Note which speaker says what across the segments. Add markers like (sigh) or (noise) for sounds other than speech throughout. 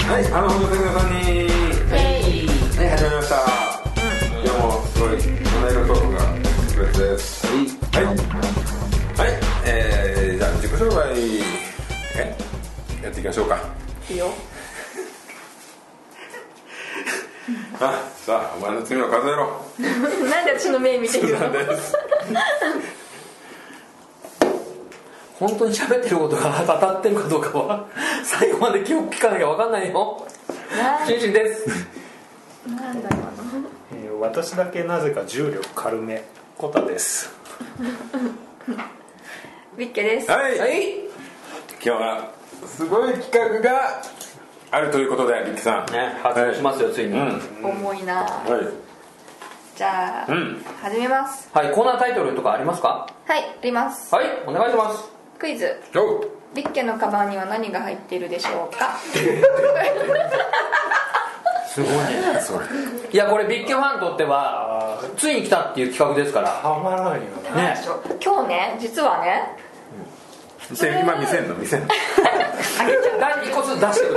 Speaker 1: はい、あの、本当に皆さんに、はい、始まりました。いや、もう、すごい、お題のトークが、特別です。はい。はい、えー、じゃあ、自己紹介、えやっていきましょうか。
Speaker 2: いいよ
Speaker 1: (laughs) あ、さあ、お前の罪を数えろ。
Speaker 2: なんで私の目見てるの
Speaker 1: なんです。
Speaker 3: 本当に喋ってることが (laughs) 当たってるかどうか (laughs) は最後まで記憶聞かなきゃ分かんないよ
Speaker 2: な
Speaker 3: シンシンです
Speaker 2: なんだろうな
Speaker 4: えー私だけなぜか重力軽めコタです
Speaker 2: ビッケです
Speaker 1: はい、
Speaker 3: はい
Speaker 1: 今日は、すごい企画が、あるということで、リッキーさん。
Speaker 3: ね発表しますよついに、
Speaker 1: うん。
Speaker 2: 重いな
Speaker 1: はい。
Speaker 2: じゃあ
Speaker 1: ん
Speaker 2: 始めます
Speaker 3: はいコーナータイトルとかありますか
Speaker 2: はいあります
Speaker 3: はいお願いします
Speaker 2: クイズ
Speaker 1: よう
Speaker 2: ビッケのカバンには何が入っているでしょうか
Speaker 3: すごいね
Speaker 1: それ。
Speaker 3: いやこれビッケファンにとってはついに来たっていう企画ですから
Speaker 4: たまらんよ
Speaker 3: ね
Speaker 2: 今日ね実はね
Speaker 1: 見せん今見せんの見せんの
Speaker 3: 第一個ずつ出してく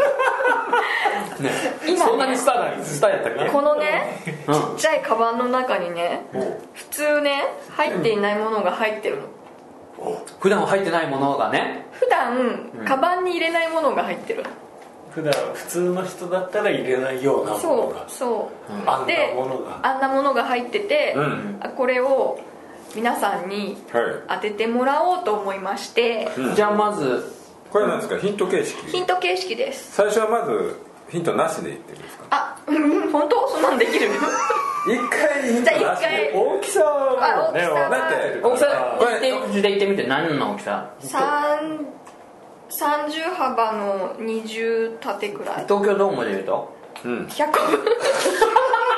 Speaker 3: (laughs) るね
Speaker 2: 今ね
Speaker 3: そんなにスターだスターやったっけ
Speaker 2: このねち
Speaker 3: うん
Speaker 2: っちゃいカバンの中にね普通ね入っていないものが入ってるの
Speaker 3: 普段は入ってないものがね
Speaker 2: 普段カバンに入れないものが入ってる
Speaker 4: 普段普通の人だったら入れないようなもの
Speaker 2: そ
Speaker 4: が
Speaker 2: うそう
Speaker 4: あんな
Speaker 2: で
Speaker 4: ものが
Speaker 2: あんなものが入ってて、
Speaker 1: うん
Speaker 2: あこれを皆さんに
Speaker 1: はい
Speaker 2: 当ててもらおうと思いまして、
Speaker 1: うん
Speaker 3: じゃあまず
Speaker 1: これは何ですかヒント形式
Speaker 2: ヒント形式です
Speaker 1: 最初はまずヒントなしで言ってるんですか
Speaker 2: あうん本当そんなんできる
Speaker 1: 一回ヒン
Speaker 2: じゃあ
Speaker 1: トな
Speaker 2: 一
Speaker 1: し
Speaker 2: 回
Speaker 1: で
Speaker 4: 大きさはもうね
Speaker 2: あ大きさは
Speaker 4: わか
Speaker 1: だって
Speaker 3: 大きさ
Speaker 1: これ
Speaker 3: 言って言ってみて何の大きさ
Speaker 2: 三30幅の20縦くらい
Speaker 3: 東京ドームで言うと
Speaker 1: うん
Speaker 2: 100個分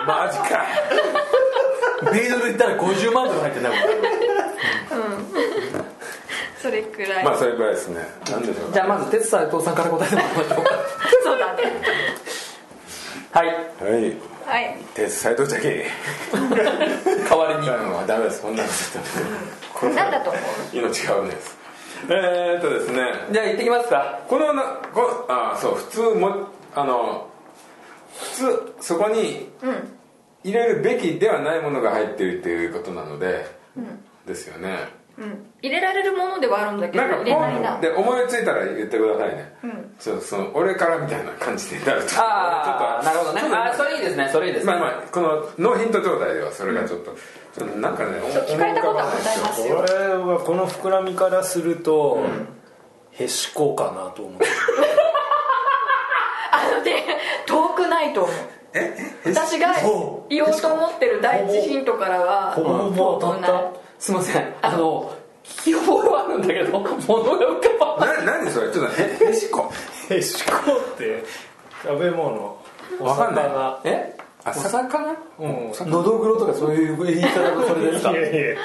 Speaker 1: マジ (laughs) か
Speaker 3: メイドで言ったら50万とか入ってないもん
Speaker 2: それくらい、
Speaker 1: まあそれぐらいですね何でしょう
Speaker 3: じゃ
Speaker 1: か
Speaker 3: あまず哲さん伊藤さんから答えてもらいましょう
Speaker 2: そうだね
Speaker 3: かはい
Speaker 1: はい
Speaker 2: はい
Speaker 1: 鉄斎藤け
Speaker 3: 代わりに
Speaker 1: はダメですこんなのちょっ
Speaker 2: 何だと思う
Speaker 1: と命が危ないですえーっとですね
Speaker 3: じゃあ行ってきますか
Speaker 1: このなこあそう普通もあの普通そこに
Speaker 2: うん
Speaker 1: 入れるべきではないものが入ってるっていうことなのでですよね
Speaker 2: うん入れられるものではあるんだけど
Speaker 1: なんか
Speaker 2: 入れないな
Speaker 1: ポンで思いついたら言ってくださいね、
Speaker 2: ん
Speaker 1: そうそう俺からみたいな感じでなると
Speaker 3: ああ
Speaker 1: ち
Speaker 3: な
Speaker 1: ょっ
Speaker 3: るほどねあーそれいいですねそれいいで
Speaker 1: と
Speaker 3: す
Speaker 1: まあ
Speaker 3: ね
Speaker 1: まあこのノーヒント状態ではそれがちょっと、ちょっとなんかね
Speaker 2: そう聞かれたことはございますよ
Speaker 4: これはこの膨らみからすると、へしこかなと思って
Speaker 2: あのね遠くないと思う私が
Speaker 4: そ
Speaker 2: 言おうと思ってる第一ヒントからは
Speaker 4: ほぼほぼ当たった
Speaker 3: すいませんあの聞き覚えはあるんだけど物が浮かばない
Speaker 1: な何それちょっとへへしこ
Speaker 4: へしこって食べ物お
Speaker 1: わかんない
Speaker 4: 魚
Speaker 3: えお魚
Speaker 4: うん
Speaker 3: のどぐろとかそういう言い方がそれですか
Speaker 4: いやいや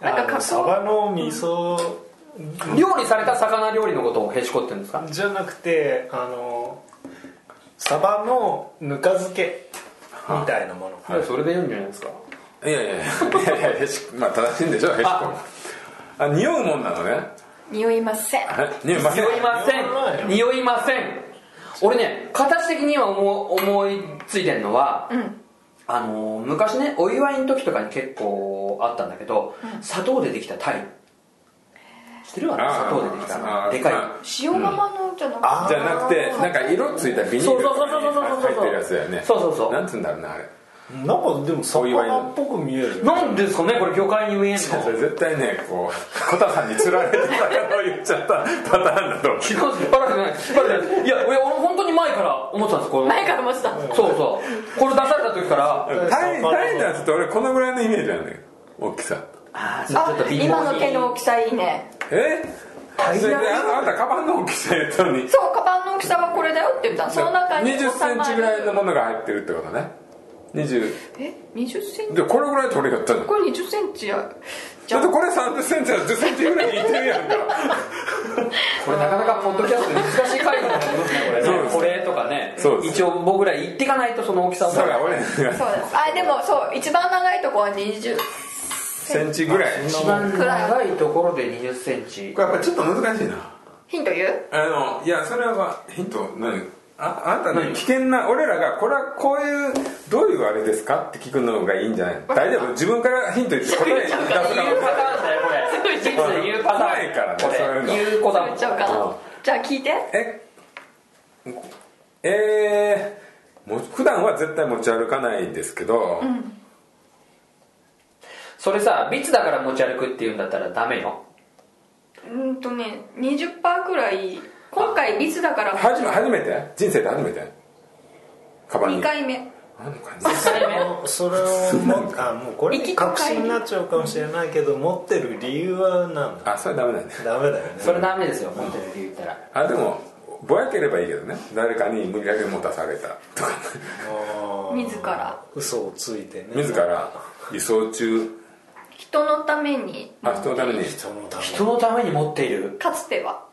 Speaker 2: な
Speaker 4: あ
Speaker 2: んか加工
Speaker 4: のサバの味噌
Speaker 3: (laughs) 料理された魚料理のことをへしこって言うんですか
Speaker 4: じゃなくてあのサバのぬか漬けみたいなもの
Speaker 3: いやそれでいいんじゃないですか
Speaker 1: いやいやいやいやへしまあ正しいんでしょへしこ
Speaker 3: あ
Speaker 1: あ匂うもんなのね
Speaker 2: 匂いません
Speaker 1: はい匂いません
Speaker 3: 匂いません匂いません俺ね形的には思う思いついてんのは、
Speaker 2: ん
Speaker 3: あのー昔ねお祝いの時とかに結構あったんだけど、砂糖でできたタイ知ってるわね
Speaker 1: あー
Speaker 3: 砂糖ででき
Speaker 1: あ
Speaker 3: た
Speaker 1: ー
Speaker 3: でかい、
Speaker 1: まあ
Speaker 2: 塩釜のじゃなく
Speaker 1: じ
Speaker 2: て、
Speaker 1: ゃなくてなんか色ついたビニー
Speaker 3: そう
Speaker 1: ル
Speaker 3: そうそうそうそうそう
Speaker 1: 入ってるやつだよね
Speaker 3: そうそうそう
Speaker 1: なんつうんだろうなあれ
Speaker 4: なんかでも魚っぽく見える
Speaker 3: なんですかねこれ魚介に見えん
Speaker 1: それ
Speaker 3: の
Speaker 1: 絶対ねこうコタさんにつられて魚を言っちゃったパターンだと思う
Speaker 3: 違う引っ張られてない引っ張られてないいや俺俺本当に前から思ってたんですこれ
Speaker 2: 前から持ってた
Speaker 3: そうそうこれ出された時から
Speaker 1: タイタイダンスって俺このぐらいのイメージなんだよ大きさ
Speaker 3: あーちょ
Speaker 2: あ
Speaker 3: っと貧乏
Speaker 2: 今の手の大きさいいね
Speaker 1: えそれであなあなたカバンの大きさ言ったのに
Speaker 2: そうカバンの大きさはこれだよって言ったのその中に
Speaker 1: 2 0ンチぐらいのものが入ってるってことね20
Speaker 2: え二20センチ
Speaker 1: でこれぐらい取れよったの
Speaker 2: これ20センチやじ
Speaker 1: だ
Speaker 2: ゃ
Speaker 1: ってこれ30センチは10センチぐらいにいってるやんか
Speaker 3: これなかなかポッドキャスト難しい回だと思うんですねこれね
Speaker 1: そうです
Speaker 3: これとかね
Speaker 1: そうです
Speaker 3: 一応僕ら言っていかないとその大きさを
Speaker 1: だから俺
Speaker 2: そうですあでもそう一番長いとこは20セ
Speaker 1: センチぐらい
Speaker 3: 一番長いところで2 0ンチ
Speaker 1: これやっぱちょっと難しいな
Speaker 2: ヒント言う
Speaker 1: あのいやそれはヒント何ああんたね危険な俺らがこれはこういうどういうあれですかって聞くのがいいんじゃない大丈夫自分からヒント言って答え出す
Speaker 3: 言う
Speaker 1: か
Speaker 3: パタ
Speaker 1: ら
Speaker 3: ーンだよこれ実は言うパターン
Speaker 1: 怖いからね
Speaker 3: これ
Speaker 1: そういうの
Speaker 3: 言う子だ
Speaker 2: 言っちゃおうか
Speaker 1: うん
Speaker 2: なじゃあ聞いて
Speaker 1: ええー、もう普段は絶対持ち歩かないんですけど、
Speaker 3: それさ密だから持ち歩くっていうんだったらダメよ
Speaker 2: うんとね20%くらい今回密だから
Speaker 1: はじめ初めて人生で初めてカバンに
Speaker 2: 2回目
Speaker 1: 何の感じ
Speaker 3: それね
Speaker 4: それをもあもうこれ
Speaker 2: 行きと
Speaker 4: 確
Speaker 2: 帰り
Speaker 4: 信になっちゃうかもしれないけど持ってる理由はなんだ
Speaker 1: あそれダメなんだ
Speaker 4: ダメだよね
Speaker 3: それダメですよ持ってるって言ったら
Speaker 1: あでもぼやければいいけどね誰かに無理やり持たされたとか
Speaker 4: あー
Speaker 2: 自ら
Speaker 4: 嘘をついてね
Speaker 1: 自ら輸送中
Speaker 2: 人のために
Speaker 1: あ人のために
Speaker 4: 人のため
Speaker 3: 人のために持っている
Speaker 2: かつては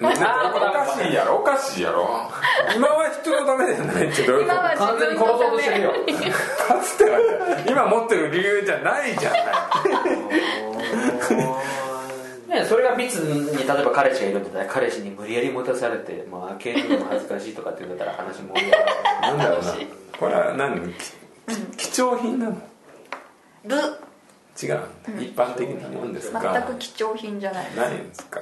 Speaker 1: なんかおかしいやろおかしいやろ今は人のためじゃないってどういうこ
Speaker 2: 今
Speaker 1: と
Speaker 2: は
Speaker 3: 完
Speaker 2: 自分
Speaker 3: 全に殺
Speaker 2: のた
Speaker 3: そうとしてるよ
Speaker 2: (laughs) めに
Speaker 1: かつてはじゃん今持ってる理由じゃないじゃない
Speaker 3: ね、それが密に例えば彼氏がいるんだったら彼氏に無理やり持たされて、まあ、開けるのも恥ずかしいとかって言うんだったら話も
Speaker 1: なんだろうなこれは何き貴重品なの
Speaker 2: る
Speaker 1: 違う、一般的なもんですか
Speaker 2: 全く貴重品じゃない
Speaker 1: ないんですか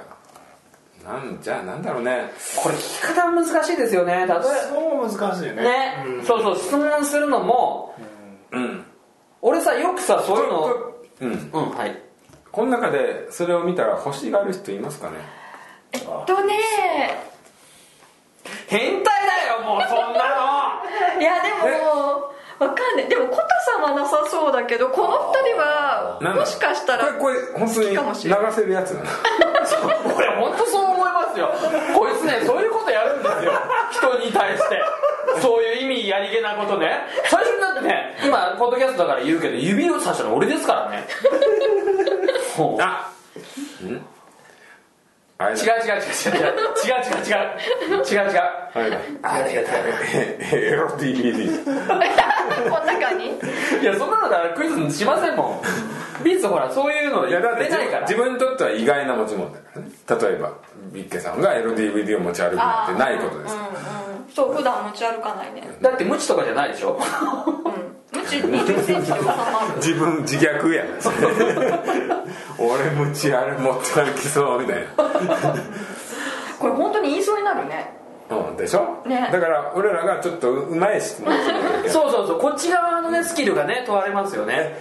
Speaker 1: なんじゃあなんだろうね
Speaker 3: これ聞き方難しいですよね例えば
Speaker 4: そう難しいね
Speaker 3: ね、
Speaker 4: うん
Speaker 3: そうそう質問するのも
Speaker 1: うん
Speaker 3: 俺さよくさそういうの
Speaker 1: こうん
Speaker 3: うんはい
Speaker 1: この中でそれを見たら欲しがる人いますかね
Speaker 2: えっとね
Speaker 3: 変態だよもうそんなの
Speaker 2: いやでもわかんないでもコタさんはなさそうだけどこの二人
Speaker 1: な
Speaker 2: は
Speaker 1: んだ
Speaker 2: もしかした (laughs) ら
Speaker 1: これこれ本当に
Speaker 2: きかもしれない
Speaker 1: 流せるやつなの
Speaker 3: 俺本当そう思いますよこいつねそういうことやるんですよ人に対してそういう意味やりげなことね最初にだってね今ポッドキャストだから言うけど指をさしたの俺ですか
Speaker 4: (laughs)
Speaker 3: らねもう
Speaker 1: あんあれ
Speaker 3: 違う違う違う違う違う違う違う違う違う
Speaker 1: だあれだ
Speaker 3: あれだ
Speaker 1: エロ DVD
Speaker 2: こんな感じ
Speaker 3: いやそんなのだからクイズしませんもんビーツほらそういうの
Speaker 1: (laughs) い
Speaker 3: 出
Speaker 1: やだ
Speaker 3: な
Speaker 1: って
Speaker 3: いから
Speaker 1: 自分にとっては意外な持ち物だからね例えばビッケさんがエロ DVD を持ち歩くなんてないことですから
Speaker 2: うんうんそう普段持ち歩かないね
Speaker 3: だって無知とかじゃないでしょ
Speaker 2: うん無知2 0ンチで収まる
Speaker 1: 自分自虐 (laughs) や俺もちあれ持って歩きそうみたい
Speaker 2: これ本当に言いそうになるね
Speaker 1: なうんでしょ、
Speaker 2: ね
Speaker 1: だから俺らがちょっとうまい質問をするん
Speaker 3: (laughs)
Speaker 1: だけど
Speaker 3: そうそうそうこっち側のねスキルがね問われますよね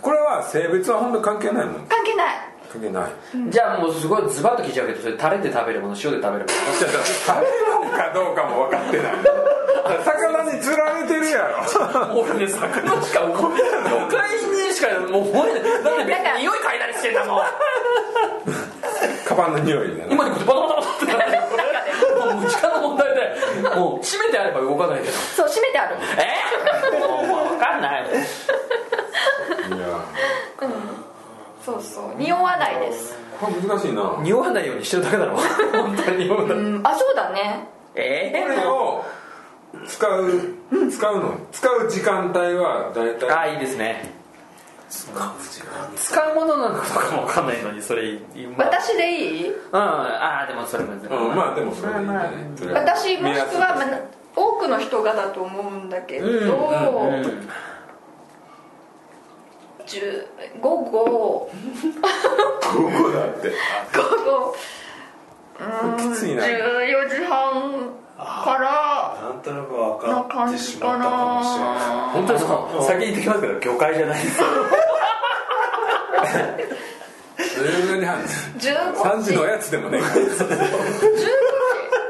Speaker 1: これは性別は本当関係ないもん
Speaker 2: 関係ない
Speaker 1: 関係ない
Speaker 3: じゃあもうすごいズバッと聞いちゃうけどそれタレで食べるもの塩で食べるも
Speaker 1: ち
Speaker 3: の
Speaker 1: ょっと食べ物かどうかも分かってない魚に釣られてるやろ
Speaker 3: 俺ね魚しか思えない魚介にしかもう思えないだって
Speaker 2: だ
Speaker 3: 別
Speaker 2: から
Speaker 3: に匂い嗅いだりしてんだもん
Speaker 1: カバンの匂いでね
Speaker 3: 今でこうやってバタバタバタってなってるこれもう時間の問題でもう閉めてあれば動かないけど
Speaker 2: そう閉めてある
Speaker 3: えもう分かんない
Speaker 1: いや
Speaker 2: そうそう匂わないです
Speaker 1: これ難しいなこ
Speaker 3: 匂わないようにしてるだけだろ本当に匂わない、
Speaker 2: うんあそうだね
Speaker 3: え
Speaker 1: れを使う使うの使う時間帯は大
Speaker 3: あ
Speaker 1: 体
Speaker 3: あいいですね
Speaker 4: 使う時間
Speaker 3: 使うものなのかどうかも分かんないのにそれ今うん
Speaker 2: 私でいい
Speaker 3: ああでもそれも、
Speaker 1: うんまあでもそれでいいんだねとりあえず
Speaker 2: 私もしくは、
Speaker 1: 目安として
Speaker 2: まあ多くの人がだと思うんだけど、
Speaker 3: うん
Speaker 2: 10午後
Speaker 1: 午後だって
Speaker 2: 午後う
Speaker 1: きつい
Speaker 2: ん
Speaker 1: な
Speaker 2: 14時半か
Speaker 4: なんとなく分
Speaker 2: らな
Speaker 4: かっ
Speaker 2: 感
Speaker 4: て
Speaker 2: じ
Speaker 4: し
Speaker 2: か
Speaker 4: まったかもしれない
Speaker 2: な
Speaker 3: 本当ですか先に言ってきますけど魚介じゃないです
Speaker 1: 15時半3
Speaker 2: 15時
Speaker 1: 時のおやつでもね15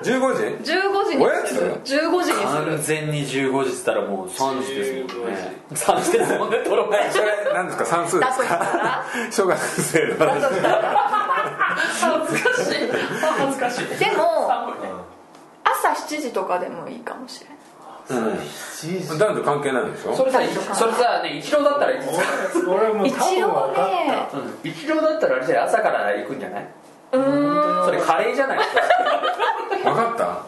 Speaker 2: 15時に
Speaker 1: おやつ
Speaker 2: する15時にする
Speaker 3: 完全に15時っつったらもう3時ですもんね3時ですもんねトロ
Speaker 1: 時それ何ですか算数で
Speaker 2: だ
Speaker 1: す
Speaker 2: としたら
Speaker 1: か小学生の話
Speaker 3: 恥ずかしい恥ずかしい
Speaker 2: でも朝7時とかでもいいかもしれない
Speaker 1: うん男女関係ないでしょ
Speaker 3: それさそれさね一郎だったらいつ
Speaker 4: 俺もう多分
Speaker 2: 一応
Speaker 4: 分かっ
Speaker 2: ね
Speaker 3: 一郎だったらあれじゃない朝から行くんじゃないう
Speaker 2: ーん
Speaker 3: それカレーじゃない
Speaker 1: 分かった
Speaker 4: た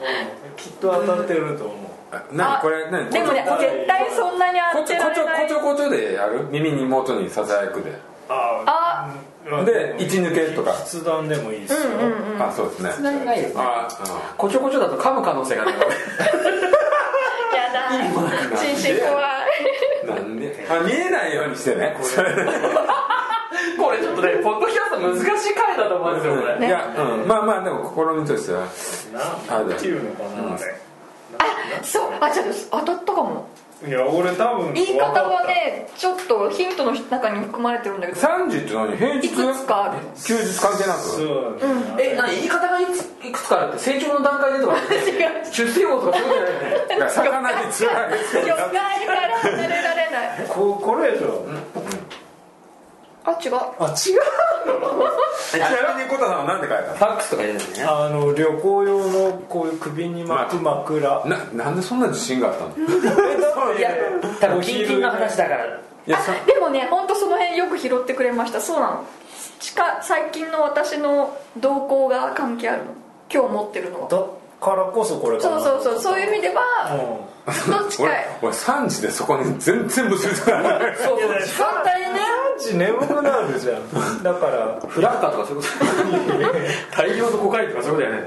Speaker 4: きっと当たってると思う
Speaker 1: あ何これ何
Speaker 2: でもね
Speaker 4: こちょこちょ
Speaker 2: 絶対そんなに
Speaker 1: こ
Speaker 2: 当
Speaker 1: ち
Speaker 2: て
Speaker 1: ょ
Speaker 2: ら
Speaker 1: こちょ
Speaker 2: れない
Speaker 1: こちょこ中でやる耳に元にささやくで
Speaker 4: ああ
Speaker 1: で一抜けとか
Speaker 4: 筆談でもいいですよ、
Speaker 1: あそうですね
Speaker 3: 何ないですね
Speaker 1: あ
Speaker 3: こちょこちょだと噛む可能性があるから
Speaker 2: やだ人生怖い
Speaker 1: あなんであ見えないようにしてね
Speaker 3: これちょっとねポッドキャスト難しい回だと思うんですよこれ、
Speaker 1: いや、うん、まあまあでも試みとしては
Speaker 4: ななんていうのかな、あれ
Speaker 2: そうあじゃあ当たったかも
Speaker 4: いや俺多分
Speaker 2: 言い方
Speaker 4: わか
Speaker 2: が
Speaker 4: った
Speaker 2: ねちょっとヒントの中に含まれてるんだけど
Speaker 1: 30って何平
Speaker 2: い
Speaker 1: 日
Speaker 2: くつかある
Speaker 1: 休日関係な
Speaker 4: そ
Speaker 1: く
Speaker 4: うだね
Speaker 3: え何言い方がいくついくつかあるって成長の段階で (laughs) とか
Speaker 2: 違う
Speaker 3: 出世王とかそういうことじゃないよね
Speaker 1: いや魚につら (laughs) れ
Speaker 2: 魚介から離れられない
Speaker 4: ここれでしょ
Speaker 2: あ違う
Speaker 4: あ違う
Speaker 1: ちなみにコタさんは何て書い
Speaker 3: ファックスとか入れるんですね
Speaker 4: あの旅行用のこういう首に巻く枕
Speaker 1: たのななんでそんな自信があったの
Speaker 3: いや多分近々の話だから
Speaker 1: いや
Speaker 2: あでもね本当その辺よく拾ってくれましたそうなの近最近の私の動向が関係あるの今日持ってるのは
Speaker 4: だからこそこれか
Speaker 2: そ
Speaker 4: な
Speaker 2: うそうそうそういう意味では
Speaker 4: う
Speaker 2: ずっと近
Speaker 1: 俺
Speaker 2: い
Speaker 1: 俺3時でそこに全然結びつかない
Speaker 3: (laughs) そうそう
Speaker 2: 反対ね
Speaker 4: ん時眠くなるじゃんだから
Speaker 3: フラッカーとかそういうこと大量の誤解とかそういうことじゃない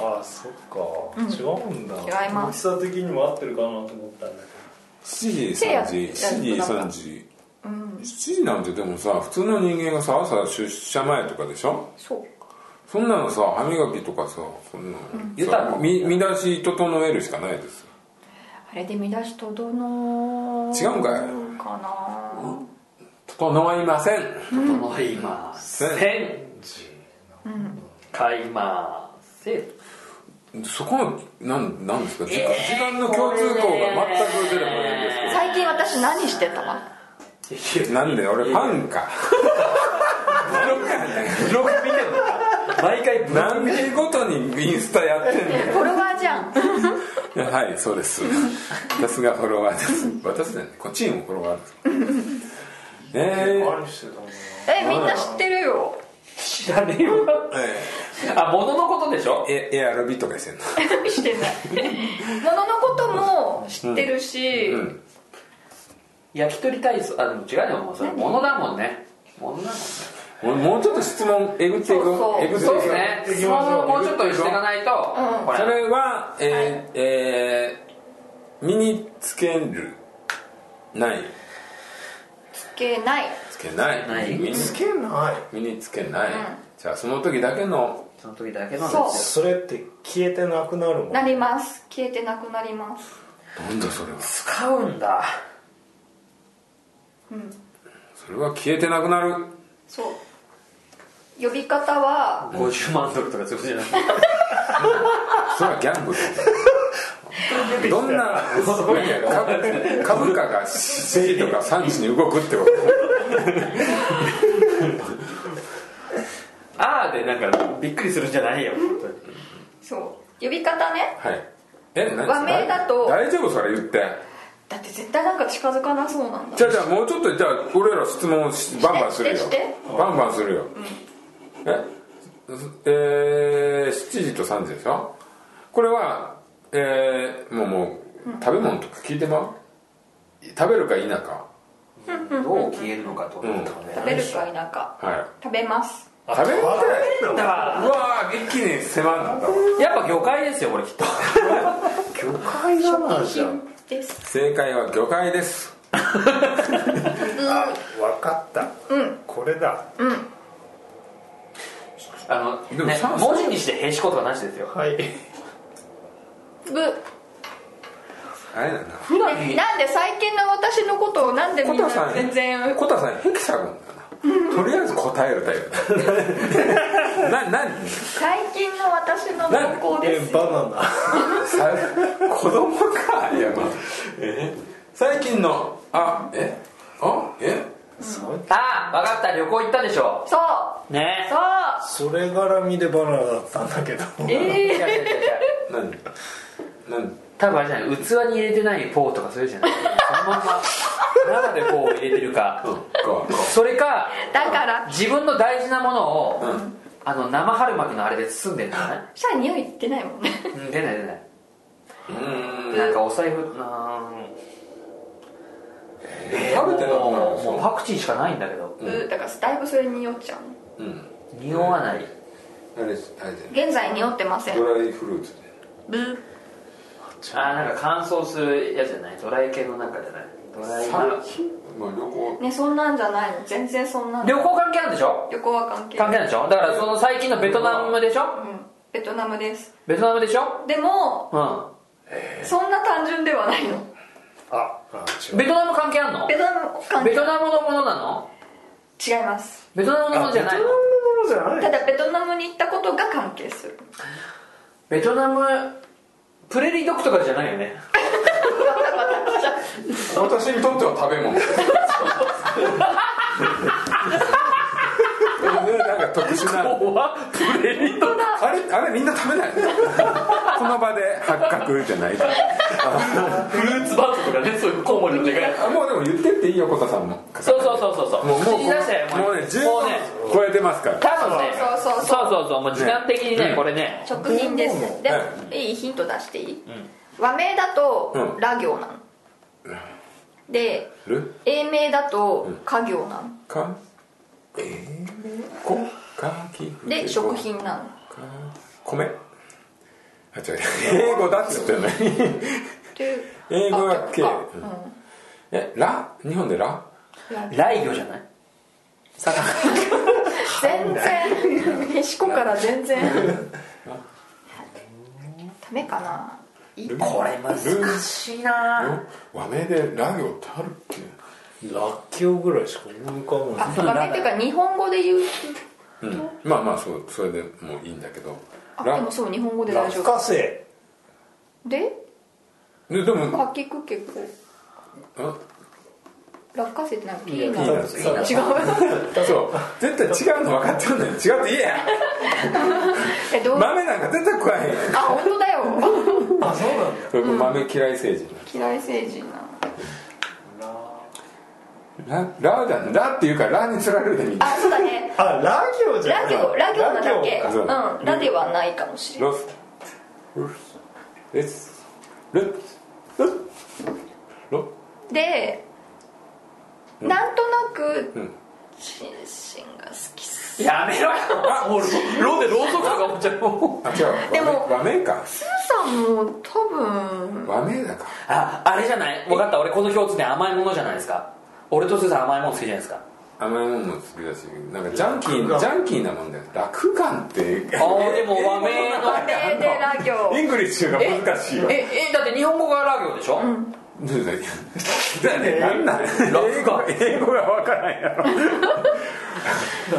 Speaker 4: あそっか、違うんだ
Speaker 2: 違います
Speaker 4: 大きさ的にも合ってるかなと思ったんだ
Speaker 1: 7時3時7時3時7時なんてでもさ普通の人間がさ朝出社前とかでしょ
Speaker 2: そう
Speaker 1: そんなのさ歯磨きとかさそんなの
Speaker 3: 豊か
Speaker 1: さみ見出し整えるしかないですよ
Speaker 2: あれで見出しとどの
Speaker 1: 違うんかい
Speaker 2: かな
Speaker 1: 整いません
Speaker 3: 整いません買いま (laughs) せん
Speaker 1: そこのなんなんですか時間時間の共通項が全く出てこないんです
Speaker 2: 最近私何してたか
Speaker 1: けどなんで俺パンか
Speaker 3: ブログ見てるのか毎回ブログ
Speaker 1: 何時ごとにインスタやってんの
Speaker 2: フォロワーじゃん
Speaker 1: いやはいそうです私がフォロワーです私だよねこっちにもフォロワーですえー
Speaker 4: 何してたのか
Speaker 2: えみんな知ってるよ (laughs)
Speaker 3: 知らねえわあ物のことでしょ
Speaker 1: えエアロビとかしてんの
Speaker 2: してないもののことも知ってるし、
Speaker 1: うん
Speaker 3: 焼き鳥体操あでも違うよもうそれ物だもんね物だもんね
Speaker 1: 俺もうちょっと質問えぐっていく
Speaker 2: そうそう
Speaker 1: えぐっていく
Speaker 3: そうですね質問をもうちょっとしていかないと
Speaker 2: ん
Speaker 3: こ
Speaker 1: そ
Speaker 3: れ
Speaker 1: れはえーえー身につけるない
Speaker 2: つけない
Speaker 1: つけない
Speaker 3: ない
Speaker 1: 身に
Speaker 4: つけない
Speaker 1: 身につけないじゃあその時だけの
Speaker 3: その時だけなん
Speaker 2: そう
Speaker 3: です
Speaker 4: それって消えてなくなるもん
Speaker 2: なります消えてなくなります
Speaker 1: なんだそれは
Speaker 3: よ使うんだ
Speaker 1: それは消えてなくなる
Speaker 2: そう呼び方は
Speaker 3: 50万ドルとかそういうことじゃない
Speaker 1: それはギャンブルどんな株株価が7時とか3時に動くってこと
Speaker 3: あーでなんかびっくりするんじゃないよ本当に
Speaker 2: そう呼び方ね
Speaker 1: はいえ何
Speaker 2: 和名だと
Speaker 1: 大丈夫それ言って
Speaker 2: だって絶対なんか近づかなそうなんだ
Speaker 1: じゃあじゃあもうちょっとじゃあ俺ら質問しバンバンするよ
Speaker 2: してして
Speaker 1: バンバンするよ、ええー、7時と3時でしょこれはえー、もうもう食べ物とか聞いてまう食べるか否か
Speaker 3: どう消えるのかと思ったのね
Speaker 2: 食べるか否か
Speaker 1: はい
Speaker 2: 食べます
Speaker 1: 食べるか
Speaker 3: だから
Speaker 1: うわー一気に迫るんだ
Speaker 3: やっぱ魚介ですよこれきっと
Speaker 4: 魚介だなじゃん
Speaker 2: です
Speaker 1: 正解は魚介です
Speaker 4: 分かった、これだ
Speaker 3: あ
Speaker 1: で
Speaker 3: の、
Speaker 1: も
Speaker 3: ね
Speaker 1: さ、
Speaker 3: 文字にしてへしことかなしですよ
Speaker 4: はい
Speaker 2: ぶ
Speaker 1: あれなんだ
Speaker 3: 普段
Speaker 2: なんで最近の私のことをなんでみん
Speaker 1: コ
Speaker 2: な
Speaker 1: タさん
Speaker 2: 全然
Speaker 1: コタさんヘキサゴンだなとりあえず答えるタイプだ
Speaker 2: (laughs)
Speaker 1: な何
Speaker 2: 最近の私の動向で
Speaker 4: え
Speaker 2: すよ
Speaker 4: バナ
Speaker 1: さ子供かいやまあえ最近のあえあえ
Speaker 4: ナそ
Speaker 3: ああ分かった旅行行ったでしょ
Speaker 2: そう
Speaker 3: ね
Speaker 2: そ
Speaker 4: それ絡みでバナナだったんだけど
Speaker 2: うえ
Speaker 3: 違う
Speaker 2: え
Speaker 3: 違う違う違う
Speaker 1: 何何
Speaker 3: 多分あれじゃない器に入れてないフォーとかそういうじゃないそのまんま生でフォーを入れてるか
Speaker 1: うんこうこ
Speaker 3: それか
Speaker 2: だから
Speaker 3: 自分の大事なものを、
Speaker 1: う
Speaker 3: あの生春巻きのあれで包んでるんじゃない
Speaker 2: したら匂いってないもんね
Speaker 3: うん出ない出ないう
Speaker 1: うーん
Speaker 3: なんかお財布なーんえ
Speaker 1: 食べてなくなるん
Speaker 3: も
Speaker 1: で
Speaker 3: う
Speaker 1: すよ
Speaker 3: もうパクチーしかないんだけど
Speaker 1: うん
Speaker 2: うだからだいぶそれに匂っちゃう
Speaker 1: うん
Speaker 3: 匂わない
Speaker 1: あれですあれで
Speaker 2: 現在匂ってません
Speaker 1: ドライフルーツで
Speaker 2: ブー
Speaker 3: あなんか乾燥するやつじゃないドライ系のなんかじゃないドライな
Speaker 1: まあ旅行
Speaker 2: ねそんなんじゃないの全然そんなん
Speaker 3: 旅行関係あるでしょ
Speaker 2: 旅行は関係
Speaker 3: 関
Speaker 2: ない、
Speaker 3: 係ないでしょだからその最近のベトナムでしょ
Speaker 2: うん、ベトナムです
Speaker 3: ベトナムでしょ
Speaker 2: でも
Speaker 3: う
Speaker 2: そんな単純ではないの
Speaker 4: ああ違
Speaker 3: ん
Speaker 4: う
Speaker 3: ベトナム関係あんの
Speaker 2: ベトナム関係
Speaker 3: ベトナムのものなの
Speaker 2: 違います
Speaker 3: ベトナムのも
Speaker 4: あ
Speaker 3: のじゃないの
Speaker 4: ベトナムのものじ
Speaker 2: た
Speaker 4: ゃない
Speaker 2: だベトナムに行ったことが関係する
Speaker 3: ベトナムプレリドッグとかじゃないよね
Speaker 1: 私にとっては食べ物ですでもねなんか特殊な
Speaker 3: 怖っプレリドッグ
Speaker 1: あれあれみんな食べないこの場で発覚じゃない
Speaker 3: フルーツバートとかねそういうコウモリのでかい
Speaker 1: あもうでも言ってっていいよ小田さんも
Speaker 3: そうそうそうそうそう
Speaker 1: もうもう
Speaker 3: 口に出したよ
Speaker 1: もうね十分
Speaker 3: もうね
Speaker 1: 超えてますから
Speaker 3: 多分ね
Speaker 2: そうそうそう
Speaker 3: そうそうそうもう時間的にね
Speaker 1: ね
Speaker 3: これね
Speaker 2: 食品で
Speaker 4: ベトナム
Speaker 2: す
Speaker 4: の
Speaker 2: でもいいヒント出していい、和名だと、
Speaker 1: うん
Speaker 2: ラ行なので
Speaker 1: る
Speaker 2: 英名だと家行なの
Speaker 1: かえー、こかきふ
Speaker 2: で
Speaker 1: け
Speaker 2: 食品なの
Speaker 1: か米あ違う英語だっつってない
Speaker 2: で
Speaker 1: 英語は
Speaker 2: あ
Speaker 1: K
Speaker 2: か
Speaker 1: うんえラ日本でラ
Speaker 3: 雷魚じゃない
Speaker 2: 全然へしこから全然ダメかな
Speaker 3: これ難しいな
Speaker 1: よ和名でラ行ってあるっけ
Speaker 4: ラッキョウぐらいしか思い浮かば
Speaker 2: あ
Speaker 4: ない
Speaker 2: 和名っていうか日本語で言う
Speaker 1: うんまあまあそうそれでもういいんだけど
Speaker 2: あで
Speaker 1: ラ
Speaker 2: もそう日本語で
Speaker 4: ラ
Speaker 2: 大丈
Speaker 4: フ
Speaker 2: 夫
Speaker 4: カセ
Speaker 2: で
Speaker 1: ででも
Speaker 2: かきくけこ
Speaker 1: あ
Speaker 2: 落花生ってなんかピーナ
Speaker 1: いい
Speaker 2: ッ
Speaker 1: な
Speaker 2: ツ
Speaker 1: そう
Speaker 2: 違う (laughs)
Speaker 1: そう絶対違うの分かっちゃうんだよ違うって言えや
Speaker 2: えどう
Speaker 1: 豆なんか絶対食わへんや
Speaker 2: あ本当だよ
Speaker 4: あ
Speaker 2: (laughs)
Speaker 4: そうなんだ
Speaker 1: んそれも豆嫌い政治
Speaker 2: 嫌い成人なの
Speaker 1: ララじゃんラっていうからラに釣られるでみんな
Speaker 2: あそうだね
Speaker 4: あラ行じゃ
Speaker 2: ラ
Speaker 4: ない
Speaker 2: 行ラ行なだけ
Speaker 4: ラ
Speaker 1: そう
Speaker 2: うんラではないかもしれない
Speaker 1: ロスロスレスレッツロ
Speaker 2: でなんとなく
Speaker 1: うん
Speaker 2: シンシンが好きそう
Speaker 3: やめろよもうロロでろうそくとか思っちゃうもう
Speaker 1: あ違う
Speaker 2: でも
Speaker 1: 和名か
Speaker 2: さんも多分
Speaker 1: 和名だか
Speaker 3: ああれじゃない分かった俺この共通点甘いものじゃないですか俺とスーさん甘いもの好きじゃないですか
Speaker 1: 甘いもんも好きだしなんかジャンキージャンキーなもんだよ落眼って
Speaker 3: あーでも和名の
Speaker 2: 和名でラ行
Speaker 1: イングリッシュが難しいわ
Speaker 3: ええだって日本語がラ行でしょ、
Speaker 1: 何だよだね何なん英語英語が分からんやろ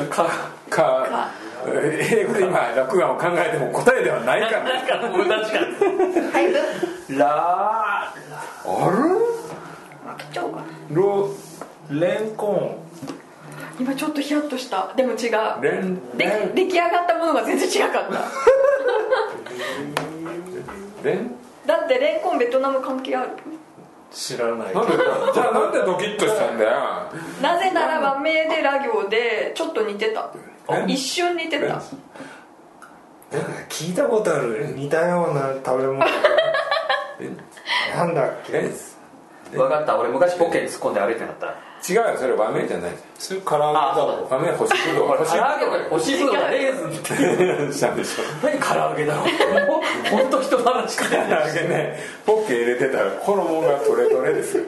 Speaker 3: か
Speaker 1: か英語で今落眼を考えても答えではない
Speaker 3: な
Speaker 1: か
Speaker 3: なんかもう確か
Speaker 2: だいぶ
Speaker 3: にラ
Speaker 1: あ
Speaker 2: 負けちゃおうかな
Speaker 1: るロ
Speaker 4: レンコン
Speaker 2: 今ちょっとヒヤッとしたでも違う
Speaker 1: レン
Speaker 2: で
Speaker 1: レン
Speaker 2: 出来上がったものが全然違かった
Speaker 1: レン
Speaker 2: だってレンコンベトナム関係ある
Speaker 4: 知らない
Speaker 1: なんでだじゃあなんでドキッとしたんだよ
Speaker 2: なぜならば名でラ行でちょっと似てた
Speaker 1: え
Speaker 2: 一瞬似てた
Speaker 4: 聞いたことある似たような食べ (laughs) 物
Speaker 1: レン
Speaker 4: なんだっ
Speaker 1: レン
Speaker 4: け
Speaker 1: 違うよ
Speaker 3: 分かった俺昔ポッケに突っ込んで歩いてなかった
Speaker 1: それ和名じゃない
Speaker 4: それ唐揚げ
Speaker 3: あ
Speaker 4: だ
Speaker 3: そう
Speaker 4: ろ
Speaker 1: 和名星ぶどう星ぶ
Speaker 3: 唐揚げだよ星ぶどうだレーズンって
Speaker 1: どうしたんでしょ
Speaker 3: 何唐揚げだろうホント人の話か
Speaker 1: 唐揚げねポッケ入れてたら衣がトレトレですよ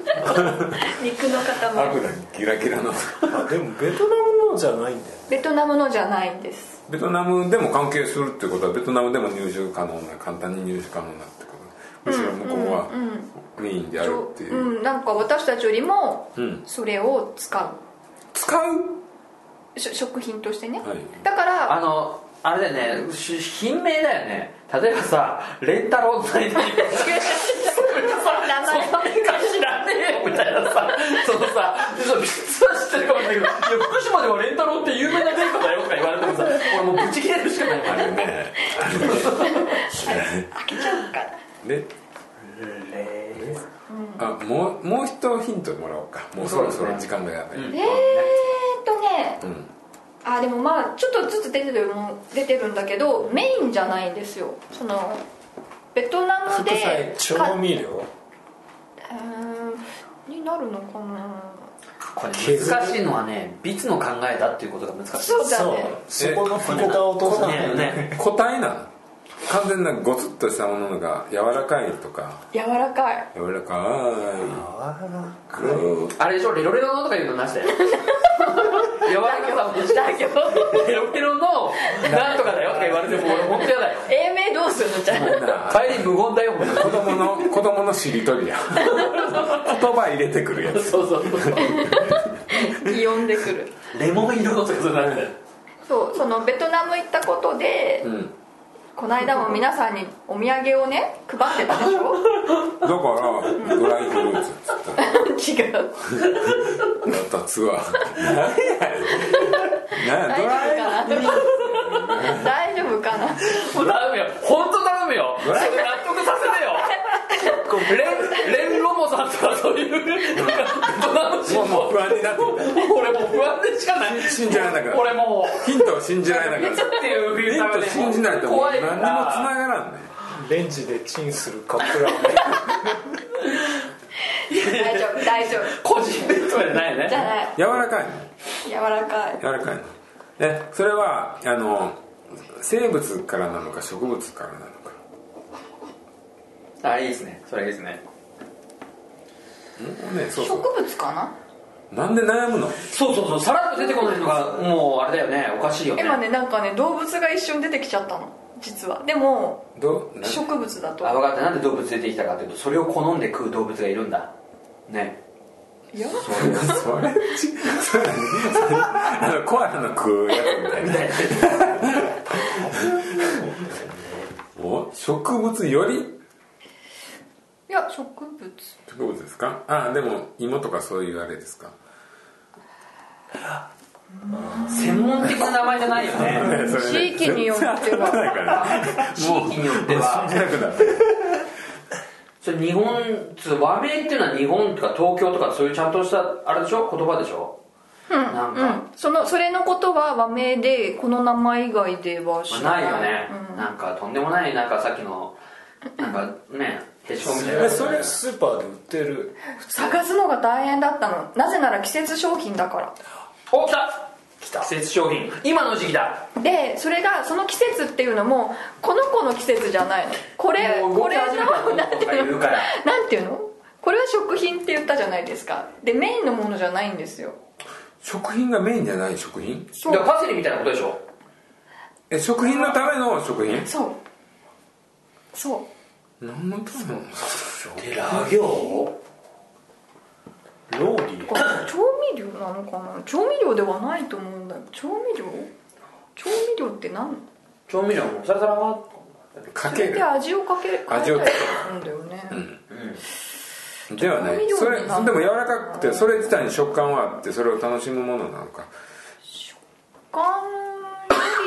Speaker 2: 肉の塊
Speaker 1: 油ギラギラの
Speaker 4: あでもベトナムのじゃないんだよ
Speaker 2: ベトナムのじゃないんです
Speaker 1: ベトナムでも関係するってことはベトナムでも入手可能な簡単に入手可能なってことむしろ向こうはメインであるっていう、
Speaker 2: うんなんか私たちよりも
Speaker 1: うん
Speaker 2: それを使
Speaker 1: 使う
Speaker 2: うし食品としてね
Speaker 1: はい
Speaker 2: だから
Speaker 3: あのあれだよねし品名だよね例えばさレンタロウって何
Speaker 2: 名前
Speaker 3: それか知らねえよみたいなさそのさその実は知ってるかもしれないけどいや福島ではレンタロウって有名な店舗だよとか言われてもさ俺もうブチ切れるしかないからね
Speaker 1: ね
Speaker 2: 開けちゃうから
Speaker 1: であもうもう一ヒントもらおうかもうそろそろ時間がやばい、
Speaker 3: うん
Speaker 2: えーっとね
Speaker 1: うん
Speaker 2: あでもまあちょっとずつ出てるも出てるんだけどメインじゃないんですよそのベトナム
Speaker 4: 副
Speaker 2: で
Speaker 4: 菜
Speaker 2: か
Speaker 4: 調味料
Speaker 2: うーんになるのかな
Speaker 3: これ難しいのはね美の考えだっていうことが難しい
Speaker 2: そうだね
Speaker 4: そこのそこが落とさないよね
Speaker 3: ね
Speaker 1: 個体なの完全なゴツッとしたものが柔らかいとか
Speaker 2: 柔らかい
Speaker 1: 柔らかいこう
Speaker 3: あれでしょレロレロのとか言うの
Speaker 5: (laughs)
Speaker 3: なしだよ柔らかさもなしだ
Speaker 2: だけど
Speaker 3: ペロペロのなんとかだよって言われても俺本当嫌だよ
Speaker 2: A 名どうするのじゃあ
Speaker 1: な
Speaker 3: 帰り無言だよ本
Speaker 1: 子供の子供のしりとりや言葉入れてくるや
Speaker 3: 当
Speaker 1: つ
Speaker 3: にそうそう
Speaker 2: 呼んでくる
Speaker 3: レモン色のとかそうなんだよ
Speaker 2: そうそのベトナム行ったことで、
Speaker 1: ん
Speaker 2: この間も皆さんにお土産をね配ってたでしょ
Speaker 1: だからドライフルーツっつった (laughs)
Speaker 2: 違う
Speaker 1: だったツアー何やねんドライ
Speaker 2: 大丈夫かな大
Speaker 5: もう
Speaker 2: 丈夫かな
Speaker 5: 頼むよ本当頼むよそれ納得させてよレンレンロモさんとかそういうなんか大人の人
Speaker 1: もうもう不安になってき
Speaker 5: 俺もう不安でしかない
Speaker 1: た信じられなくなっ
Speaker 5: 俺も (laughs)
Speaker 1: たヒントを信じられなくな
Speaker 5: う
Speaker 1: っ
Speaker 5: っていうフィルタ
Speaker 1: たヒ
Speaker 5: ー
Speaker 1: ン
Speaker 5: がね
Speaker 1: ト信じないともう
Speaker 5: 怖
Speaker 1: 何
Speaker 5: い
Speaker 1: にも
Speaker 5: か
Speaker 1: 繋が
Speaker 5: ら
Speaker 1: らんね
Speaker 4: レンジでチンするカップラーメン
Speaker 2: 大丈夫大丈夫
Speaker 5: 個人ベッドじゃない
Speaker 2: じゃ
Speaker 5: ね
Speaker 2: ない
Speaker 1: 柔らかいの
Speaker 2: 柔らかい
Speaker 1: 柔らかいのえそれはあの生物からなのか植物からなのか
Speaker 3: あいいですねそれいいですね
Speaker 1: もうねそう
Speaker 2: 植
Speaker 1: そ
Speaker 2: 物かな
Speaker 1: うなんで悩むの
Speaker 3: そうそうそうさらっと出てこないのがもうあれだよねおかしいよね
Speaker 2: 今ねなんかね動物が一瞬出てきちゃったの実はでも
Speaker 1: どうな
Speaker 2: 植物だと
Speaker 3: あ分かったなんで動物出てきたかっていうとそれを好んで食う動物がいるんだ (laughs) ね
Speaker 2: いや
Speaker 3: そういう
Speaker 1: それちそれ何あのコアラの食うやつみたいなお植物より
Speaker 2: いや植物
Speaker 1: 植物ですかあでも芋とかそういうあれですか
Speaker 3: 専門的な名前じゃないよね (laughs)
Speaker 2: 地域によっては
Speaker 1: 全然当たらないから
Speaker 3: 地域によっては
Speaker 1: もう信じなくなる
Speaker 3: それ日本つ和名っていうのは日本とか東京とかそういうちゃんとしたあれでしょ言葉でしょ
Speaker 2: うん
Speaker 3: なん
Speaker 2: う
Speaker 3: か
Speaker 2: んそのそれのことは和名でこの名前以外では
Speaker 3: ま
Speaker 2: 知ら
Speaker 3: あな
Speaker 2: ないい
Speaker 3: よね、
Speaker 2: うん
Speaker 3: なんかとんでもないなんかさっきのなんかねへしこみたい
Speaker 4: (laughs)
Speaker 3: な
Speaker 4: えそれスーパーで売ってる
Speaker 2: 探すのが大変だったのなぜなら季節商品だか
Speaker 3: お来た来た季節商品今の時期だ
Speaker 2: らでそれがその季節っていうのもこの子の季節じゃないのこれ
Speaker 3: もう動
Speaker 2: こ
Speaker 3: き
Speaker 2: れ
Speaker 3: 始めた
Speaker 2: の
Speaker 3: 子
Speaker 2: なんて
Speaker 3: とかい
Speaker 2: いう
Speaker 3: る
Speaker 2: の
Speaker 3: から
Speaker 2: なんていうのこれは食品って言ったじゃないですかでメインのものじゃないんですよ
Speaker 1: 食品がメインじゃない食品
Speaker 2: そう
Speaker 3: だからパセリみたいなことでしょ
Speaker 1: え食品のための食品
Speaker 2: そうそう
Speaker 1: 何のための (laughs)
Speaker 3: ラ行
Speaker 4: ローリエ
Speaker 2: これ調味料なのかな調味料ではないと思うんだよ調味料調味料って何
Speaker 3: 調味料もサラサラは
Speaker 1: か
Speaker 2: そ
Speaker 1: け
Speaker 2: れって
Speaker 1: る
Speaker 2: 味をかけ変えたり
Speaker 1: 味
Speaker 2: す
Speaker 1: をかける
Speaker 2: るんだよね、
Speaker 1: ではない
Speaker 2: 調味料
Speaker 1: それ
Speaker 2: に
Speaker 1: で
Speaker 2: な
Speaker 1: も
Speaker 2: る
Speaker 1: 柔らかくてそれ自体に食感はあってそれを楽しむものなのか
Speaker 2: 他よ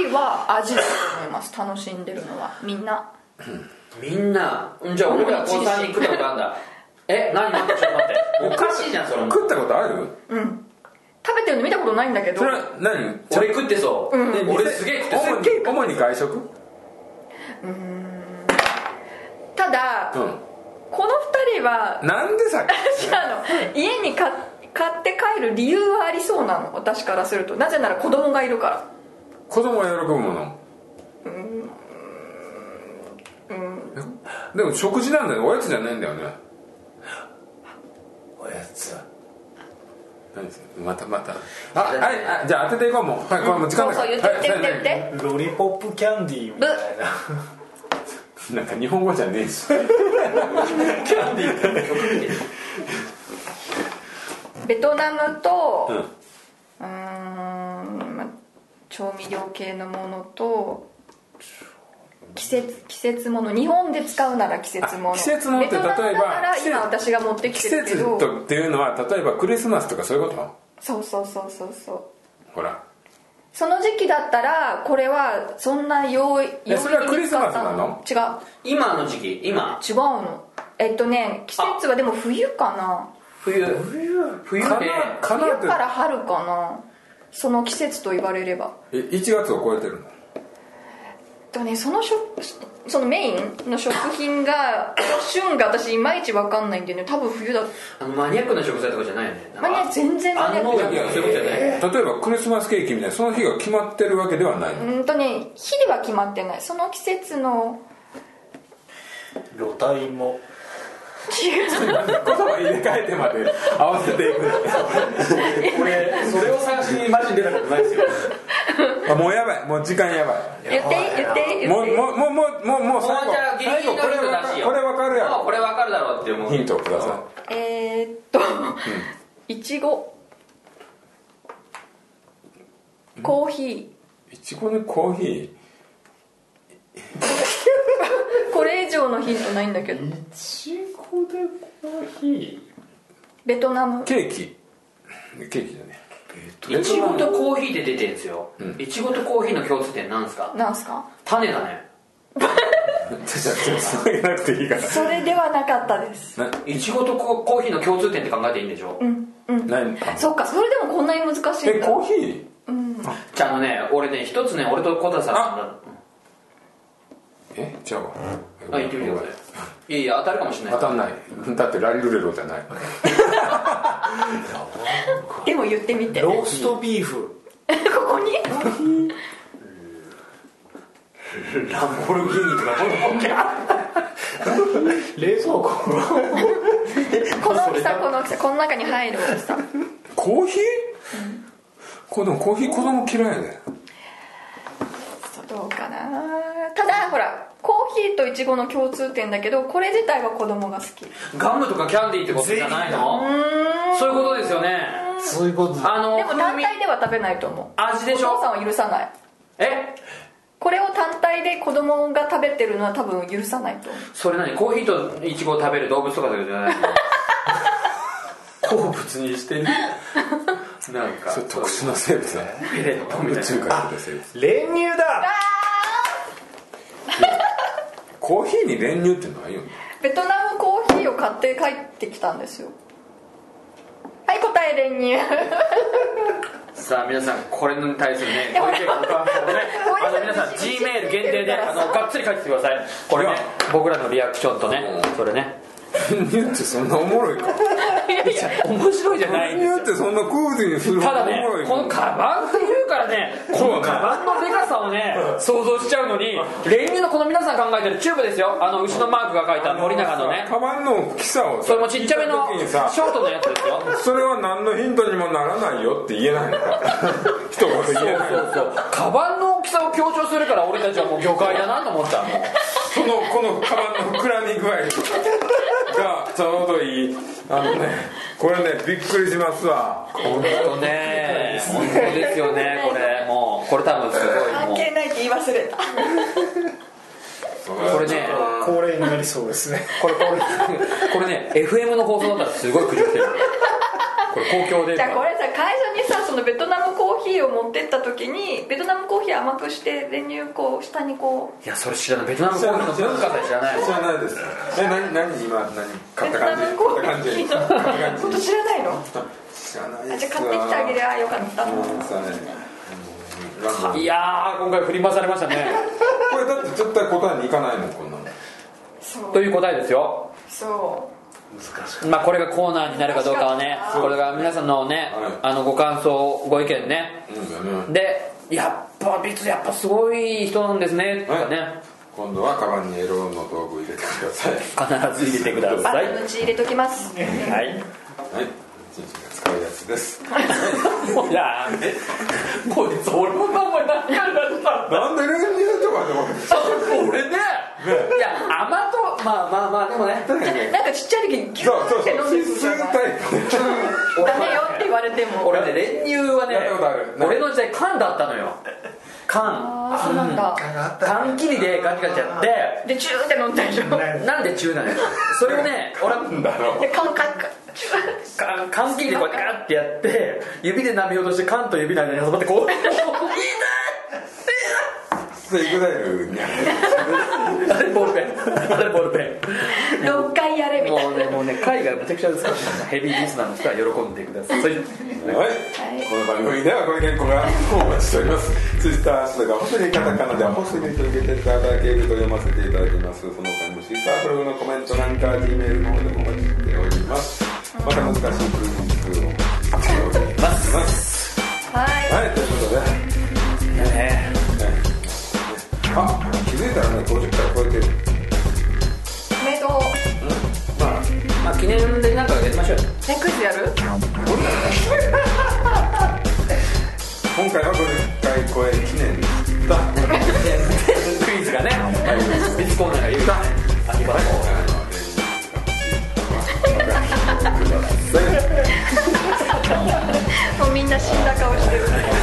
Speaker 2: りは味だと思います楽しんでるのはみんな
Speaker 3: みんなじゃあ俺ら高3に食ったことあんだえ何何ちょっと待っておかしいじゃんそれも
Speaker 1: 食ったことある
Speaker 2: うん食べてるの見たことないんだけど
Speaker 1: それは何
Speaker 3: 俺食ってそう、
Speaker 2: うん
Speaker 3: 俺すげえ食ってそう
Speaker 1: 主に主に外食
Speaker 2: ただ、
Speaker 1: う
Speaker 2: この2人は
Speaker 1: んなんでさ
Speaker 2: あの家に買買って帰る理由はありそうなの私からするとなぜなら子供がいるか
Speaker 1: 子供が喜ぶものえでも食事なんだよおやつじゃないんだよね
Speaker 4: おやつ
Speaker 1: 何ですかまたまたあはいあじゃあ当てていこうもうはいこれもう時間だから
Speaker 2: そうそう言って
Speaker 1: はい
Speaker 2: 言って言っ
Speaker 4: ロリポップキャンディーみたいな
Speaker 1: それ何なんか日本語じゃねえし
Speaker 2: らベトナムと
Speaker 1: うん
Speaker 2: うーんまあ調味料系のものと季節季節もの日本で使うなら季節もの
Speaker 1: あ季節ものって
Speaker 2: ベトナム
Speaker 1: 例えば
Speaker 2: だから今私が持って
Speaker 1: 季
Speaker 2: きてるけ
Speaker 1: 節
Speaker 2: ど
Speaker 1: とっていうのは例えばクリスマスとかそういうこと
Speaker 2: そうそうそうそうそう
Speaker 1: ほら
Speaker 2: その時期だったらこれはそんな用意
Speaker 1: え
Speaker 2: 用意
Speaker 1: それは
Speaker 2: に
Speaker 1: クリスマス
Speaker 2: 使った
Speaker 1: なの
Speaker 2: 違
Speaker 3: 今の時期今
Speaker 2: う違うのえっとね季節はでも冬かな
Speaker 3: 冬冬冬
Speaker 1: か
Speaker 3: で
Speaker 1: なかな
Speaker 2: 冬
Speaker 1: っ
Speaker 2: から春かなその季節と言われれば
Speaker 1: てえ1月を超えてるの
Speaker 2: でもねその食そのメインの食品が旬が私いまいち分かんないんだよね多分冬だ
Speaker 3: あのマニアックな食材とかじゃないよねなんか
Speaker 2: マニア全然マニアックじゃ
Speaker 3: 暗号薬
Speaker 2: ない
Speaker 3: とかそういうことじゃない
Speaker 1: 例えばクリスマスケーキみたいなその日が決まってるわけでは
Speaker 2: (laughs)
Speaker 1: ない、
Speaker 2: うんとね日では決まってないその季節の
Speaker 4: (laughs) 露体も
Speaker 1: 言葉入れ替えてまで合わせていく
Speaker 6: 俺それを探しにマジに出たことないですよ
Speaker 1: あもうやばいもう時間やばい
Speaker 2: 言って言って
Speaker 1: も
Speaker 2: 言
Speaker 1: う
Speaker 2: って
Speaker 1: もうもうもうもうもう最
Speaker 3: もう
Speaker 1: 後
Speaker 3: じゃあギリギ
Speaker 1: 最後これ
Speaker 3: リのヒント
Speaker 1: わ
Speaker 3: 出
Speaker 1: かる
Speaker 3: しよ
Speaker 1: これわかるや
Speaker 3: あ
Speaker 1: ろ
Speaker 3: これわかるだろうって思う
Speaker 1: ヒントをくださ
Speaker 2: えーっといちごコーヒー
Speaker 1: いいちごにコーヒー
Speaker 2: これ以上のヒントないんだけど
Speaker 6: ちごでコーヒ
Speaker 2: ベトナム
Speaker 1: ケーキケーキだね
Speaker 3: いちごとコーヒーで出てるんですよ
Speaker 1: ん
Speaker 3: いちごとコーヒーの共通点なんですか
Speaker 2: なんすか
Speaker 3: 種だね
Speaker 1: じゃあつなげなくていいから
Speaker 2: それではなかったです
Speaker 1: ない
Speaker 3: ちごとココーヒーの共通点って考えていいんでしょ
Speaker 2: うんうん
Speaker 1: 何
Speaker 2: そっかそれでもこんなに難しい
Speaker 1: え
Speaker 2: んだ
Speaker 1: コーヒー
Speaker 2: うん
Speaker 3: じゃああのね俺ね一つね俺と小田さん
Speaker 1: あえじゃあ
Speaker 3: あ言ってみてくださいいやいや当たるかもしれない
Speaker 1: 当たんないだってラリルレロじゃない
Speaker 2: でも言ってみて
Speaker 4: ロ
Speaker 2: (laughs) こ
Speaker 4: ーストビーフ
Speaker 2: こに
Speaker 3: ランボルギーニとか
Speaker 4: 冷蔵庫
Speaker 2: この大きさこの大きさこの中に入る大きさ
Speaker 1: コーヒーこでもコーヒー子供嫌いやね
Speaker 2: どうかなただほらコーヒーとイチゴの共通点だけどこれ自体は子供が好き
Speaker 3: ガムとかキャンディーってことじゃないのそういうことですよね
Speaker 4: そういうこと
Speaker 3: あの
Speaker 2: でも
Speaker 3: 風
Speaker 2: 単
Speaker 3: 味
Speaker 2: 体では食べないと思う
Speaker 3: 味でし
Speaker 2: お父さ
Speaker 3: ょ
Speaker 2: んは許さない
Speaker 3: え
Speaker 2: これを単体で子供が食べてるのは多分許さないと思う
Speaker 3: それ何コーヒーとイチゴを食べる動物とかだけじゃないの好物にしてね (laughs) なんか
Speaker 1: それ特殊な生物だね
Speaker 3: ペレットみ
Speaker 1: 宇
Speaker 3: たいな
Speaker 1: 宙から来た生物
Speaker 4: 練乳だ
Speaker 1: コーヒーに練乳ってないよね
Speaker 2: ベトナムコーヒーを買って帰ってきたんですよはい答え練
Speaker 3: (laughs)
Speaker 2: 乳
Speaker 3: さあ皆さんこれに対するね
Speaker 2: や
Speaker 3: ご意見ご感想をね
Speaker 2: ごめんな
Speaker 3: あ
Speaker 2: さ
Speaker 3: の
Speaker 2: い
Speaker 3: 皆さん
Speaker 2: 私
Speaker 3: G メール限定であのがっつり書いてきてくださいこれ
Speaker 1: い
Speaker 3: ね
Speaker 1: や
Speaker 3: 僕らのリアクションとね
Speaker 1: うん
Speaker 3: それね
Speaker 1: 練乳ってそんなおもろいか
Speaker 3: 面白いじゃないん
Speaker 1: 練
Speaker 3: で
Speaker 1: 乳っ
Speaker 3: す
Speaker 1: て
Speaker 3: よ
Speaker 1: そんなクールにするほ
Speaker 3: た
Speaker 1: ど
Speaker 3: だ
Speaker 1: お
Speaker 3: ね
Speaker 1: もろい
Speaker 3: このカバンっていうからねこのカバンのデカさをね想像しちゃうのに練乳のこの皆さん考えてるチューブですよあの牛のマークが書いた森永のね
Speaker 1: カバンの大きさをさ
Speaker 3: それもちっちゃめの
Speaker 1: 見た時に
Speaker 3: シ
Speaker 1: さ
Speaker 3: ョートのやつですよ
Speaker 1: それは何のヒントにもならないよって言えないの
Speaker 3: (laughs)
Speaker 1: か一言
Speaker 3: そう
Speaker 1: 言えない
Speaker 3: そうそうカバンの大きさを強調するから俺たちはもう魚介だなと思ったもう
Speaker 1: そのこのカバンの膨らみ具合がちょうどいいあのねこれねびっくりしますわ
Speaker 3: 本当ね本当ですよねこれもうこれ多分すごいも
Speaker 2: 関係ないって言い忘れた
Speaker 3: うこれね
Speaker 4: 高齢になりそうですね
Speaker 3: これこれこれね FM の放送だったらすごい苦情してるこれ公共で
Speaker 2: じゃあこれさ会社にさそのベトナムコーヒーを持ってった時にベトナムコーヒー甘くして練乳こう下にこ
Speaker 3: いやそれ知らないベトナムコーヒーの文化さえ知らないもん
Speaker 1: 知らないですえ何何今何
Speaker 2: う
Speaker 1: 買
Speaker 2: ベ
Speaker 1: っ
Speaker 2: ト
Speaker 1: た
Speaker 2: ナ
Speaker 1: 感
Speaker 2: ム
Speaker 1: じ買
Speaker 2: コ
Speaker 1: った
Speaker 2: ー
Speaker 1: 感じ
Speaker 2: ヒーの
Speaker 1: 買った感じ
Speaker 2: 本当知らないの
Speaker 1: 知らない
Speaker 2: あ
Speaker 1: です
Speaker 2: じゃあ買ってきてあげりゃよかった
Speaker 1: うんそうねうん
Speaker 3: いやー今回振り回されましたね
Speaker 1: これだって絶対答えにいかないもんこんなの
Speaker 2: そう
Speaker 3: という答えですよ
Speaker 2: そ
Speaker 3: まあこれがコーナーになるかどうかはねこれが皆さんのね
Speaker 1: はい
Speaker 3: あのご感想ご意見ね
Speaker 1: うんだよね
Speaker 3: でやっぱビツやっぱすごい人なんですねとかね
Speaker 1: 今度はカバンにエロの道具入れてください
Speaker 3: 必ず入れてくだ
Speaker 2: うあ
Speaker 3: さい
Speaker 2: ムチ入れときます
Speaker 3: はい
Speaker 1: はい人生が使うや
Speaker 2: (laughs)
Speaker 1: つです
Speaker 3: もうやめこいつ俺の名前何回出したんだ
Speaker 1: なんで練乳とかでも
Speaker 3: 俺ねいや甘とまあまあまあでもね
Speaker 2: なんかちっちゃい時にギュ
Speaker 1: そうそう
Speaker 2: ッて飲
Speaker 1: そうん
Speaker 2: で
Speaker 1: 水
Speaker 2: る
Speaker 1: 水
Speaker 2: じゃない
Speaker 1: タイプ
Speaker 2: ダメよって言われても
Speaker 3: 俺ね練乳はね
Speaker 1: やったことある
Speaker 3: 俺の時代缶だったのよ缶
Speaker 2: ああそうなんだ
Speaker 3: 缶切りでガチガチやっ
Speaker 2: でチューって飲んだでしょ
Speaker 3: てなんで中なんよそれをね俺は
Speaker 1: だろう
Speaker 2: でカンカンカンチュー
Speaker 3: 缶缶切りでこうやってガッてやって指で舐めようとして缶と指の間に挟まってこういい
Speaker 1: それイグザイルにある
Speaker 3: なあれボールペンあれボールペン
Speaker 2: 6回やれみたい
Speaker 3: もうねもうね海外むちゃくちゃですから、ね、ヘビーリスナーの人は喜んでください
Speaker 1: はい、この番組ではご意見ご感想をお待ちしております。ツイッター、ハッシュタグはホスリカタカナではホスリと受けていただけると読ませていただきます。その他にもツイッター、ブログのコメントなんか、G メールの方でもお待ちしております。また難しいクイズをしております。
Speaker 2: なはい
Speaker 1: はい、ということで、あ、気づいたらね、50回超えてる。
Speaker 2: おめでとう
Speaker 3: まあ、まあ、記念でなんかやりましょうよ
Speaker 2: ねクイズやる (laughs)
Speaker 1: 今回は50回超え記念です。だ、あの、
Speaker 3: (laughs) クイズがね別コーナーが言うた秋葉原
Speaker 1: 全員
Speaker 2: もうみんな死んだ顔してる